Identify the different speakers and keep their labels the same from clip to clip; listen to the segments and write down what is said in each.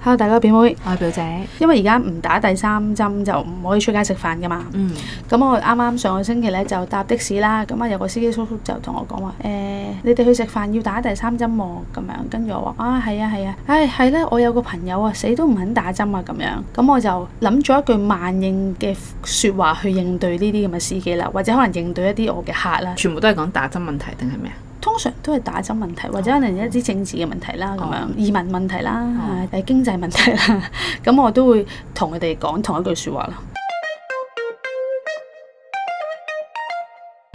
Speaker 1: Hello，大家表妹，
Speaker 2: 我係表姐，
Speaker 1: 因為而家唔打第三針就唔可以出街食飯噶嘛。
Speaker 2: 嗯，
Speaker 1: 咁我啱啱上個星期咧就搭的士啦，咁啊有個司機叔叔就同我講話，誒、你哋去食飯要打第三針喎、咁樣跟住我話啊係啊係啊，唉係咧，我有個朋友啊死都唔肯打針啊咁樣，咁我就諗咗一句萬應嘅説話去應對呢啲咁嘅司機啦，或者可能應對一啲我嘅客啦，
Speaker 2: 全部都係講打針問題定係咩啊？
Speaker 1: 通常都係打針問題，或者可能一啲政治嘅問題啦，咁
Speaker 2: 哦
Speaker 1: 樣移民問題啦，
Speaker 2: 哦
Speaker 1: 誒經濟問題啦， 咁我都會同佢哋講同一句説話啦。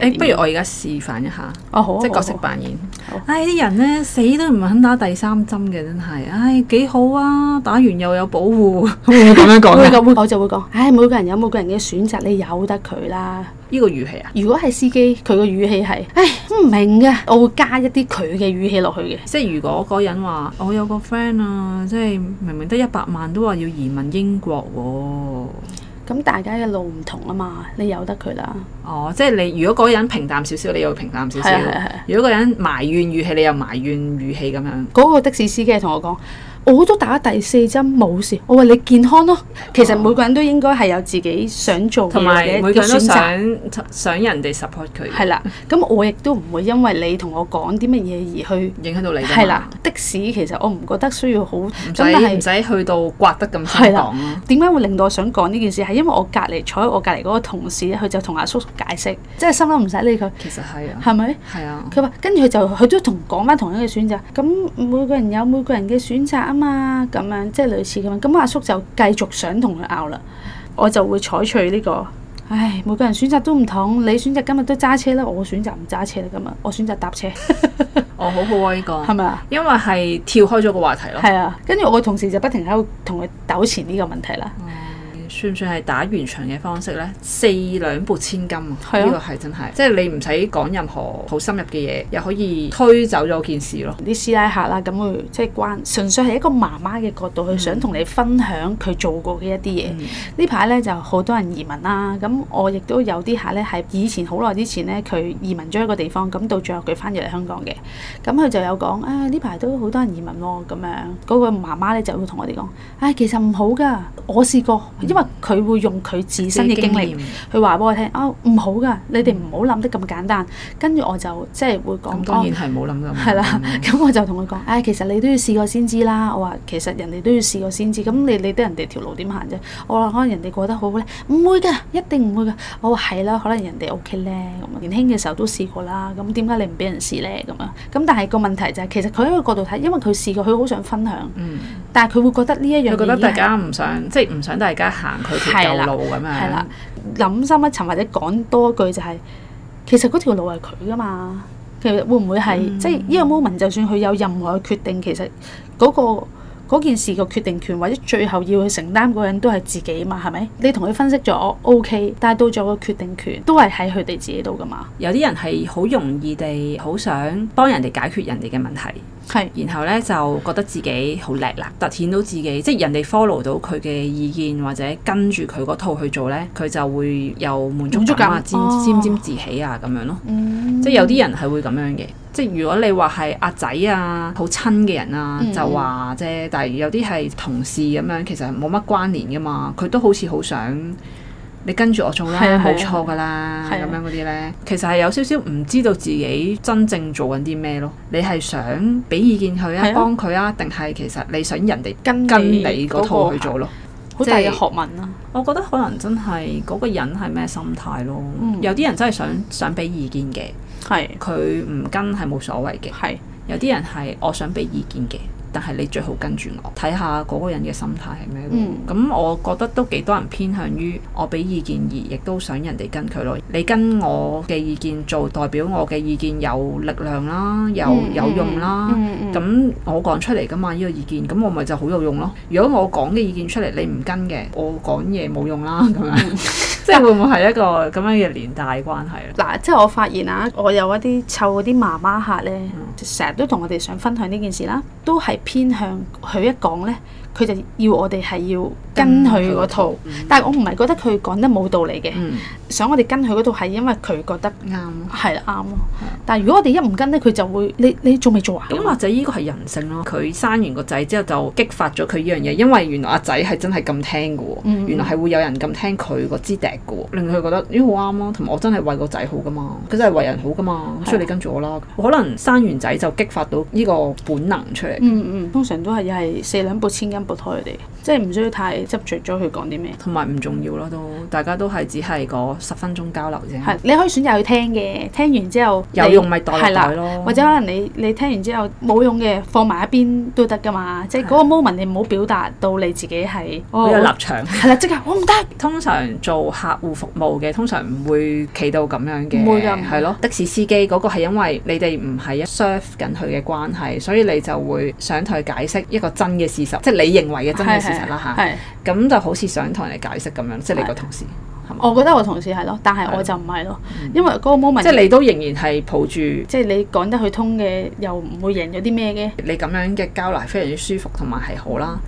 Speaker 2: 誒，不如我而家示範一下，
Speaker 1: 哦好啊，
Speaker 2: 即係角
Speaker 1: 好
Speaker 2: 色
Speaker 1: 啊
Speaker 2: 扮演
Speaker 1: 好。
Speaker 2: 唉，啲人呢，死都唔肯打第三針嘅，真係，唉，幾好啊！打完又有保護， 會唔會咁樣
Speaker 1: 會
Speaker 2: 講啊呢
Speaker 1: 咁會我就會講，唉，每個人有每個人嘅選擇，你由得佢啦。
Speaker 2: 呢個語氣啊，
Speaker 1: 如果係司機，佢個語氣係，唉，唔明嘅，我會加一啲佢嘅語氣落去嘅。
Speaker 2: 即係如果嗰人話我有個 friend 啊，即係明明得一百萬都話要移民英國喎、
Speaker 1: 咁大家嘅路唔同啊嘛，你由得佢啦。
Speaker 2: 哦，即係你如果嗰人平淡少少，你又平淡少少
Speaker 1: 係啊係啊係啊；
Speaker 2: 如果嗰人埋怨語氣，你又埋怨語氣咁樣。
Speaker 1: 嗰個的士司機係同我講。我都打第四針冇事，我話你健康咯。其實每個人都應該係有自己想做嘅
Speaker 2: 哦同埋
Speaker 1: 嘢
Speaker 2: 每
Speaker 1: 嘅
Speaker 2: 個人都
Speaker 1: 選擇，
Speaker 2: 想想人哋 support 佢，
Speaker 1: 係啦。咁我亦都唔會因為你同我講啲乜嘢而去
Speaker 2: 影響到你㗎嘛
Speaker 1: 係啦。，的士其實我唔覺得需要好
Speaker 2: 唔
Speaker 1: 咁，但
Speaker 2: 使
Speaker 1: 係
Speaker 2: 唔使去到刮得咁
Speaker 1: 係
Speaker 2: 深
Speaker 1: 啦
Speaker 2: 講咯。
Speaker 1: 點解會令到我想講呢件事？係因為我隔離坐喺我隔離嗰個同事咧，佢就同阿叔叔解釋，即係心諗唔使理佢，
Speaker 2: 其實係啊，
Speaker 1: 係咪？
Speaker 2: 係啊，
Speaker 1: 佢話跟住佢就佢都同講翻同一嘅選擇，咁每個人有每個人嘅選擇啊嘛，咁樣即係類似咁樣。咁阿叔就繼續想同佢拗啦，我就會採取呢、個。唉，每個人選擇都唔同，你選擇今日都揸車啦，我選擇唔揸車啦，今日我選擇搭車，
Speaker 2: 哦，好好啊呢個
Speaker 1: 係，咪啊？
Speaker 2: 因為係跳開咗個話題咯。
Speaker 1: 係啊，跟住我個同事就不停喺度同佢糾纏呢個問題啦。
Speaker 2: 算唔算係打圓場嘅方式呢？四兩撥千斤啊！
Speaker 1: 係啊
Speaker 2: 呢個係真係，即係你唔使講任何好深入嘅嘢，又可以推走咗件事咯。
Speaker 1: 啲師奶客啦，咁佢即係關，純粹係一個媽媽嘅角度去想同你分享佢做過嘅一啲
Speaker 2: 嗯
Speaker 1: 嘢。呢排咧就好多人移民啦，咁我亦都有啲客咧係以前好耐之前咧佢移民咗一個地方，咁到最後佢翻咗嚟香港嘅，咁佢就有講啊呢排都好多人移民喎、咁樣嗰、個媽媽咧就會同我哋講，唉、其實唔好㗎，我試過，因為佢會用佢自身嘅經歷。
Speaker 2: 驗
Speaker 1: 佢話俾我聽啊，唔好㗎，你哋唔好諗得咁簡單。跟住我就即係會講
Speaker 2: 咁
Speaker 1: 哦
Speaker 2: 當然係冇諗咁。
Speaker 1: 係啦，咁我就同佢講，唉、其實你都要試過先知啦。我話其實人哋都要試過先知，咁你你得人哋條路點行啫？我話可能人哋過得好咧，唔會㗎，一定唔會㗎。我話係啦，可能人哋 OK 咧，咁啊年輕嘅時候都試過啦，咁點解你唔俾人試咧？咁樣咁但係個問題就係、其實佢喺個角度睇，因為佢試過，佢好想分享，
Speaker 2: 嗯，
Speaker 1: 但係佢會覺得 呢一樣嘢
Speaker 2: 佢覺
Speaker 1: 已
Speaker 2: 得
Speaker 1: 經
Speaker 2: 大
Speaker 1: 係
Speaker 2: 家唔想，即係唔想大家行佢
Speaker 1: 係
Speaker 2: 條
Speaker 1: 啦
Speaker 2: 舊路咁樣。
Speaker 1: 係啦，諗深一層或者講多句就係、其實嗰條路係佢噶嘛。其實會唔會係、即係呢個 moment，就算佢有任何嘅決定，其實嗰、個嗰件事個決定權或者最後要去承擔嗰個人都係自己嘛，係咪？你同佢分析咗 OK，但係到咗個決定權都係喺佢哋自己度噶嘛。
Speaker 2: 有啲人係好容易地好想幫人哋解決人哋嘅問題，
Speaker 1: 係
Speaker 2: 然後呢就覺得自己好叻啦，突顯到自己，即係人哋 follow 到佢嘅意見或者跟住佢嗰套去做呢，佢就會有滿足感啊
Speaker 1: 滿、足感
Speaker 2: 沾
Speaker 1: 哦
Speaker 2: 沾沾自喜啊咁樣咯。
Speaker 1: 嗯
Speaker 2: 即係有啲人係會咁樣嘅，即係如果你話係阿仔啊、好親嘅人啊，
Speaker 1: 嗯
Speaker 2: 就話啫。但係有啲係同事咁樣，其實冇乜關聯噶嘛。佢都好似好想你跟住我做啦
Speaker 1: 係啊，係啊
Speaker 2: 冇錯噶啦，
Speaker 1: 係
Speaker 2: 咁
Speaker 1: 啊
Speaker 2: 樣嗰啲咧，其實係有少少唔知道自己真正做緊啲咩咯。你係想俾意見
Speaker 1: 係
Speaker 2: 佢啊
Speaker 1: 啊，
Speaker 2: 幫佢啊，定係其實你想人哋
Speaker 1: 跟
Speaker 2: 跟你嗰套去做咯？
Speaker 1: 好大嘅學問啊啦。
Speaker 2: 我覺得可能真係嗰個人係咩心態咯。
Speaker 1: 嗯
Speaker 2: 有啲人真係想想俾意見嘅。
Speaker 1: 係
Speaker 2: 佢唔跟係冇所謂嘅，
Speaker 1: 係
Speaker 2: 有啲人係我想俾意見嘅，但係你最好跟住我，睇下嗰個人嘅心態係咩咯
Speaker 1: 嗯
Speaker 2: 咁、我覺得都幾多人偏向於我俾意見而亦都想人哋跟佢咯。你跟我嘅意見做，代表我嘅意見有力量啦，有
Speaker 1: 嗯
Speaker 2: 有用啦。
Speaker 1: 嗯嗯嗯
Speaker 2: 咁我講出嚟噶嘛，呢、個意見，咁我咪就好有用咯。如果我講嘅意見出嚟你唔跟嘅，我講嘢冇用啦，咁
Speaker 1: 嗯
Speaker 2: 樣， 即係會唔會係一個咁樣嘅連帶關係咧？
Speaker 1: 嗱，即係我發現啊，我有一啲湊嗰啲媽媽客咧，成日都同我哋想分享呢件事啦，都係偏向佢一講咧，佢就要我哋係要跟佢嗰套。但係我唔係覺得佢講得冇道理嘅，
Speaker 2: 嗯
Speaker 1: 想我哋跟佢嗰套係因為佢覺得
Speaker 2: 啱咯。
Speaker 1: 係啦啱咯。但係如果我哋一唔跟咧，佢就會你你做未做啊？
Speaker 2: 咁或者呢個係人性咯，佢生完個仔之後就激發咗佢呢樣嘢，因為原來阿仔係真係咁聽嘅喎，
Speaker 1: 嗯
Speaker 2: 原來係會有人咁聽佢個支笛嘅喎，令佢覺得咦好啱咯，同埋我真係為個仔好噶嘛，佢真係為人好噶嘛，
Speaker 1: 啊
Speaker 2: 咁所以你跟住我啦。可能生完仔就激發到呢個本能出嚟，
Speaker 1: 嗯嗯，通常都係又係四兩撥千斤撥開佢哋，即係唔需要太執着咗佢講啲咩。
Speaker 2: 同埋唔重要咯，都大家都係只係嗰十分鐘交流啫，
Speaker 1: 係你可以選擇去聽嘅，聽完之後
Speaker 2: 有
Speaker 1: 你
Speaker 2: 用咪袋
Speaker 1: 係
Speaker 2: 落
Speaker 1: 啦
Speaker 2: 袋咯，
Speaker 1: 或者可能你你聽完之後冇用嘅放埋一邊都得噶嘛，即係嗰個 moment 你唔好表達到你自己係
Speaker 2: 好
Speaker 1: 哦
Speaker 2: 有立場。
Speaker 1: 係啦，即係我唔得，
Speaker 2: 通常做客戶服務嘅，通常唔會企到咁樣嘅，
Speaker 1: 唔會㗎
Speaker 2: 係咯。的士司機嗰個係因為你哋唔係 serve 緊佢嘅關係，所以你就會想同佢解釋一個真嘅事實，即係你認為嘅真嘅事實啦
Speaker 1: 係，
Speaker 2: 吓，咁就好似想同人哋解釋咁樣，即係你
Speaker 1: 係
Speaker 2: 個同事，
Speaker 1: 我覺得我同事係咯，但係我就唔係咯，因為嗰個 moment
Speaker 2: 嗯即係你都仍然係抱住
Speaker 1: 即係你講得佢通嘅，又唔會贏咗啲咩嘅。
Speaker 2: 你咁樣嘅交流係非常之舒服同埋係好啦。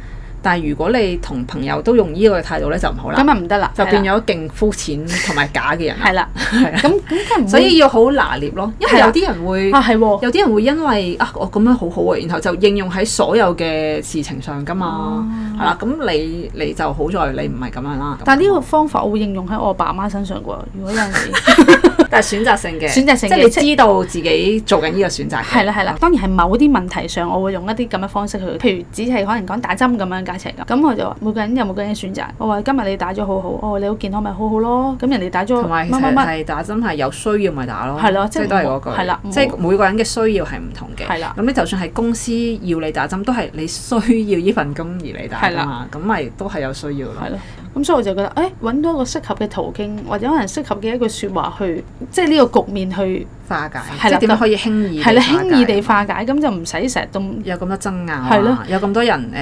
Speaker 2: 但係如果你同朋友都用呢個態度咧，就唔好啦
Speaker 1: 咁，咪唔得啦，
Speaker 2: 就變
Speaker 1: 係啦
Speaker 2: 咗勁膚淺同埋假嘅人啦。
Speaker 1: 係啦，
Speaker 2: 係啦
Speaker 1: 咁咁梗係唔會
Speaker 2: 所以要好拿捏咯，因為
Speaker 1: 係
Speaker 2: 有
Speaker 1: 啦
Speaker 2: 啲人會。
Speaker 1: 啊係喎，
Speaker 2: 有啲人會因為啊，我咁樣好好啊，然後就應用喺所有嘅事情上噶
Speaker 1: 哦
Speaker 2: 嘛，係啦、咁你你就好在你唔係咁樣啦。
Speaker 1: 但係呢個方法我會應用喺我爸媽身上嘅喎。如果有陣時
Speaker 2: 個但係選擇性嘅，
Speaker 1: 選擇性
Speaker 2: 即
Speaker 1: 嘅
Speaker 2: 係你知道自己做緊呢個選擇嘅。
Speaker 1: 係啦係啦，當然係某啲問題上，我會用一啲咁嘅方式去，譬如只係可能講打針咁樣假設係咁，咁我就話每個人有每個人嘅選擇。我話今日你打咗好好，哦你好健康咪好好咯，咁人哋打咗
Speaker 2: 同埋
Speaker 1: 乜
Speaker 2: 其實
Speaker 1: 乜乜，
Speaker 2: 係打針係有需要咪打咯，
Speaker 1: 係咯即
Speaker 2: 即
Speaker 1: 係
Speaker 2: 係都係嗰句，
Speaker 1: 冇係啦
Speaker 2: 即係每個人嘅需要係唔同嘅，
Speaker 1: 係啦
Speaker 2: 咁你就算係公司要你打針，都係你需要呢份工而你打
Speaker 1: 係
Speaker 2: 㗎
Speaker 1: 啦
Speaker 2: 嘛，咁咪都係有需要咯。
Speaker 1: 係咯。咁所以我就覺得，誒、揾到一個適合嘅途徑，或者可能適合嘅一句説話去，即係呢個局面去
Speaker 2: 化解，即
Speaker 1: 係啦
Speaker 2: 係點樣可以輕易地
Speaker 1: 係啦，
Speaker 2: 化解嗯
Speaker 1: 輕易地化解，咁就唔使成日咁
Speaker 2: 有咁多爭拗
Speaker 1: 係咯
Speaker 2: 啊，有咁多人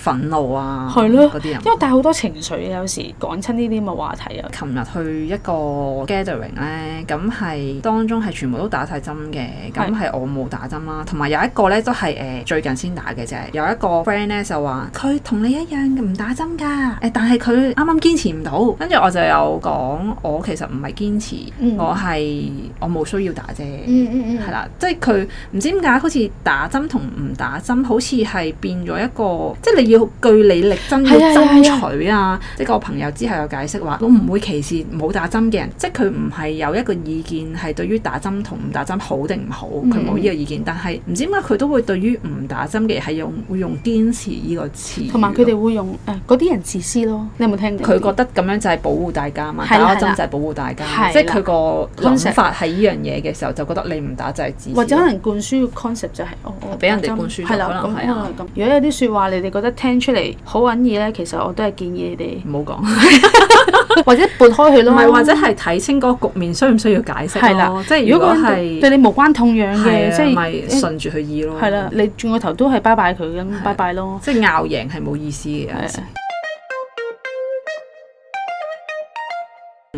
Speaker 2: 誒、憤怒啊，
Speaker 1: 係咯
Speaker 2: 嗰啲人
Speaker 1: 因。為帶好多情緒嘅，有時講親呢啲咁嘅話題啊，
Speaker 2: 琴日去一個 gathering 咧，咁係當中係全部都打晒針嘅，咁係我冇打針啦，同埋有一個咧都係誒、最近先打嘅啫，有一個 friend 咧就話佢同你一樣唔打針㗎，誒、但係佢啱啱堅持唔到，跟住我就有講我其實唔係堅持，
Speaker 1: 嗯
Speaker 2: 我係我冇需要打啫。
Speaker 1: 嗯嗯
Speaker 2: 係啦，即係佢唔知點解，好似打針同唔打針，好似係變咗一個，即係你要據理力爭，
Speaker 1: 係
Speaker 2: 要
Speaker 1: 啊係啊
Speaker 2: 爭取啊！即係我朋友之後有解釋話，我唔會歧視冇打針嘅人，即係佢唔係有一個意見係對於打針同唔打針好定唔好，
Speaker 1: 嗯
Speaker 2: 佢冇呢個意見，但係唔知點解佢都會對於唔打針嘅人係用會用堅持呢個詞語咯，
Speaker 1: 同埋佢哋會用誒嗰啲人自私咯，你有冇聽過？
Speaker 2: 佢覺得咁樣就係保護大家嘛，
Speaker 1: 係啦
Speaker 2: 打咗
Speaker 1: 係
Speaker 2: 針
Speaker 1: 啦
Speaker 2: 就係保護大家
Speaker 1: 係，啦
Speaker 2: 即係佢個諗
Speaker 1: Concept
Speaker 2: 法係呢樣嘢嘅時候，就覺得你唔打就係自私
Speaker 1: 或者可能灌輸 concept 就係哦，我
Speaker 2: 俾人哋
Speaker 1: 打針
Speaker 2: 灌輸咗
Speaker 1: 係
Speaker 2: 可
Speaker 1: 啦，
Speaker 2: 能
Speaker 1: 咁
Speaker 2: 係啊
Speaker 1: 可能咁。如果有啲説話你哋覺得聽出嚟好揾意咧，其實我都係建議你哋
Speaker 2: 唔好講。
Speaker 1: 或者撥開佢
Speaker 2: 唔
Speaker 1: 咯，
Speaker 2: 係或者係睇清嗰個局面需唔需要解釋
Speaker 1: 係
Speaker 2: 咯
Speaker 1: 啦，
Speaker 2: 即係
Speaker 1: 如
Speaker 2: 如
Speaker 1: 果
Speaker 2: 果
Speaker 1: 嗰個人對
Speaker 2: 係
Speaker 1: 對你無關痛癢
Speaker 2: 係
Speaker 1: 嘅，即
Speaker 2: 啊，咪
Speaker 1: 係
Speaker 2: 順住佢意咯，
Speaker 1: 係啦，，你轉個頭都係拜拜佢咁，拜拜咯。
Speaker 2: 即係拗贏係冇意思嘅有陣
Speaker 1: 啊
Speaker 2: 時。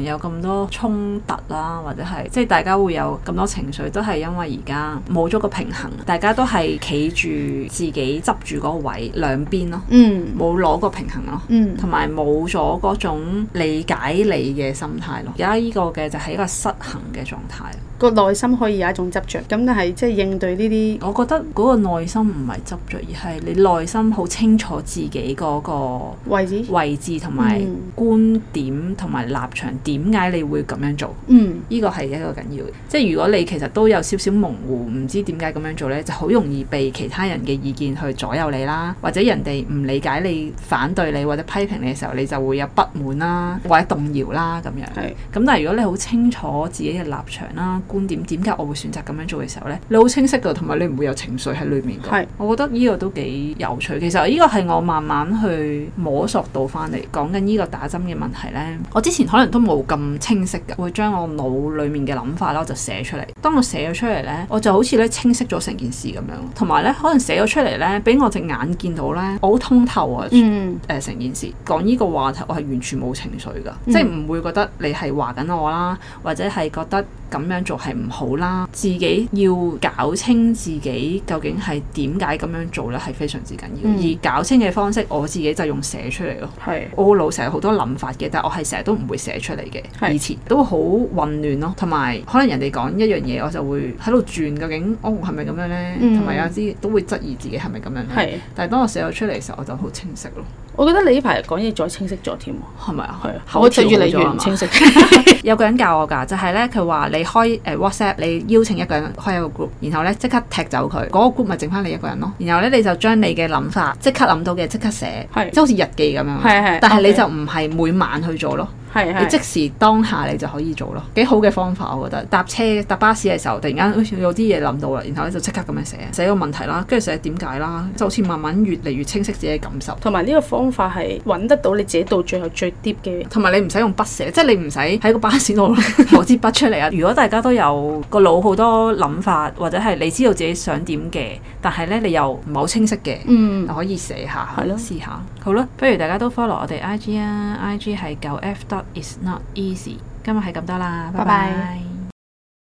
Speaker 2: 有咁多衝突啦，或者係即係大家會有咁多情緒，都係因為而家冇咗個平衡，大家都係企住自己執住嗰個位兩邊咯，
Speaker 1: 嗯
Speaker 2: 冇攞個平衡咯。
Speaker 1: 嗯，
Speaker 2: 同埋冇咗嗰種理解你嘅心態咯，而家呢個嘅就係一個失衡嘅狀態。
Speaker 1: 個內心可以有一種執着，咁但係即係應對呢啲
Speaker 2: 我覺得嗰個內心唔係執着，而係你內心好清楚自己嗰個
Speaker 1: 位置，
Speaker 2: 位置同埋
Speaker 1: 嗯
Speaker 2: 觀點同埋立場，點解你會咁樣做？
Speaker 1: 嗯
Speaker 2: 呢個係一個緊要嘅，即係如果你其實都有少少模糊，唔知點解咁樣做呢，就好容易被其他人嘅意見去左右你啦，或者人哋唔理解你、反對你或者批評你嘅時候，你就會有不滿啦，或者動搖啦咁樣。
Speaker 1: 係。
Speaker 2: 咁但係如果你好清楚自己嘅立場啦、觀點，點解我會選擇咁樣做嘅時候呢，你好清晰㗎，同埋你唔會有情緒喺裏面㗎
Speaker 1: 係。
Speaker 2: 我覺得呢個都幾有趣。其實呢個係我慢慢去摸索到翻嚟講緊呢個打針嘅問題呢，我之前可能都冇咁清晰嘅，會將我腦裡面嘅諗法啦，我就寫出嚟。當我寫咗出嚟呢，我就好似咧清晰咗成件事咁樣，同埋呢，可能寫咗出嚟呢，俾我隻眼見到呢，我好通透啊。
Speaker 1: 嗯，
Speaker 2: 誒成件事講呢個
Speaker 1: 嗯
Speaker 2: 話題，我係完全冇情緒㗎，即係唔會覺得你係話緊我啦，或者係覺得咁樣做係唔好啦，自己要搞清自己究竟係點解咁樣做咧，係非常之緊要。
Speaker 1: 嗯
Speaker 2: 而搞清嘅方式，我自己就用寫出嚟咯。
Speaker 1: 係
Speaker 2: 我個腦成日好多諗法嘅，但我係成日都唔會寫出嚟嘅。
Speaker 1: 係
Speaker 2: 以前都好混亂咯，同埋可能人哋講一樣嘢，我就會喺度轉，究竟哦係咪咁樣呢？
Speaker 1: 嗯
Speaker 2: 同埋、有啲都會質疑自己係咪咁樣呢。
Speaker 1: 係，
Speaker 2: 但係當我寫咗出嚟嘅時候，我就好清晰咯，
Speaker 1: 我覺得你呢排講嘢再清晰咗添喎，
Speaker 2: 係咪啊？
Speaker 1: 係啊，
Speaker 2: 口
Speaker 1: 我就
Speaker 2: 條
Speaker 1: 越嚟
Speaker 2: 好咗
Speaker 1: 越
Speaker 2: 係
Speaker 1: 唔
Speaker 2: 嘛
Speaker 1: 清晰。
Speaker 2: 有個人教我㗎，就係咧佢話你開誒、呃 WhatsApp，你邀請一個人開一個 group，然後咧即刻踢走佢，嗰、個 group 咪剩翻你一個人咯。然後咧你就將你嘅諗法即刻諗到嘅即刻寫，
Speaker 1: 係
Speaker 2: 即係好似日記咁樣。
Speaker 1: 係係
Speaker 2: 但係你
Speaker 1: OK
Speaker 2: 就唔係每晚去做咯，
Speaker 1: 係
Speaker 2: 你
Speaker 1: 係
Speaker 2: 即時當下你就可以做咯，幾好嘅方法我覺得。搭車搭巴士嘅時候，突然間好似有啲嘢諗到啦，然後咧就即刻咁樣寫，寫個問題啦，跟住寫點解啦，就好似慢慢越嚟越清晰自己嘅感受。
Speaker 1: 同埋呢個方法係揾得到你自己到最後最 deep 嘅，
Speaker 2: 同埋你唔使用筆寫，即係你唔使喺個巴士度攞 支筆出嚟啊！如果大家都有個腦好多諗法，或者係你知道自己想點嘅，但係咧你又唔係好清晰嘅，
Speaker 1: 嗯
Speaker 2: 就可以寫下，
Speaker 1: 係咯
Speaker 2: 試下。好啦，不如大家都 follow 我哋 IG 啊，IG 係 9f dot is not easy。今日係咁多啦，
Speaker 1: 拜
Speaker 2: 拜
Speaker 1: 拜
Speaker 2: 拜。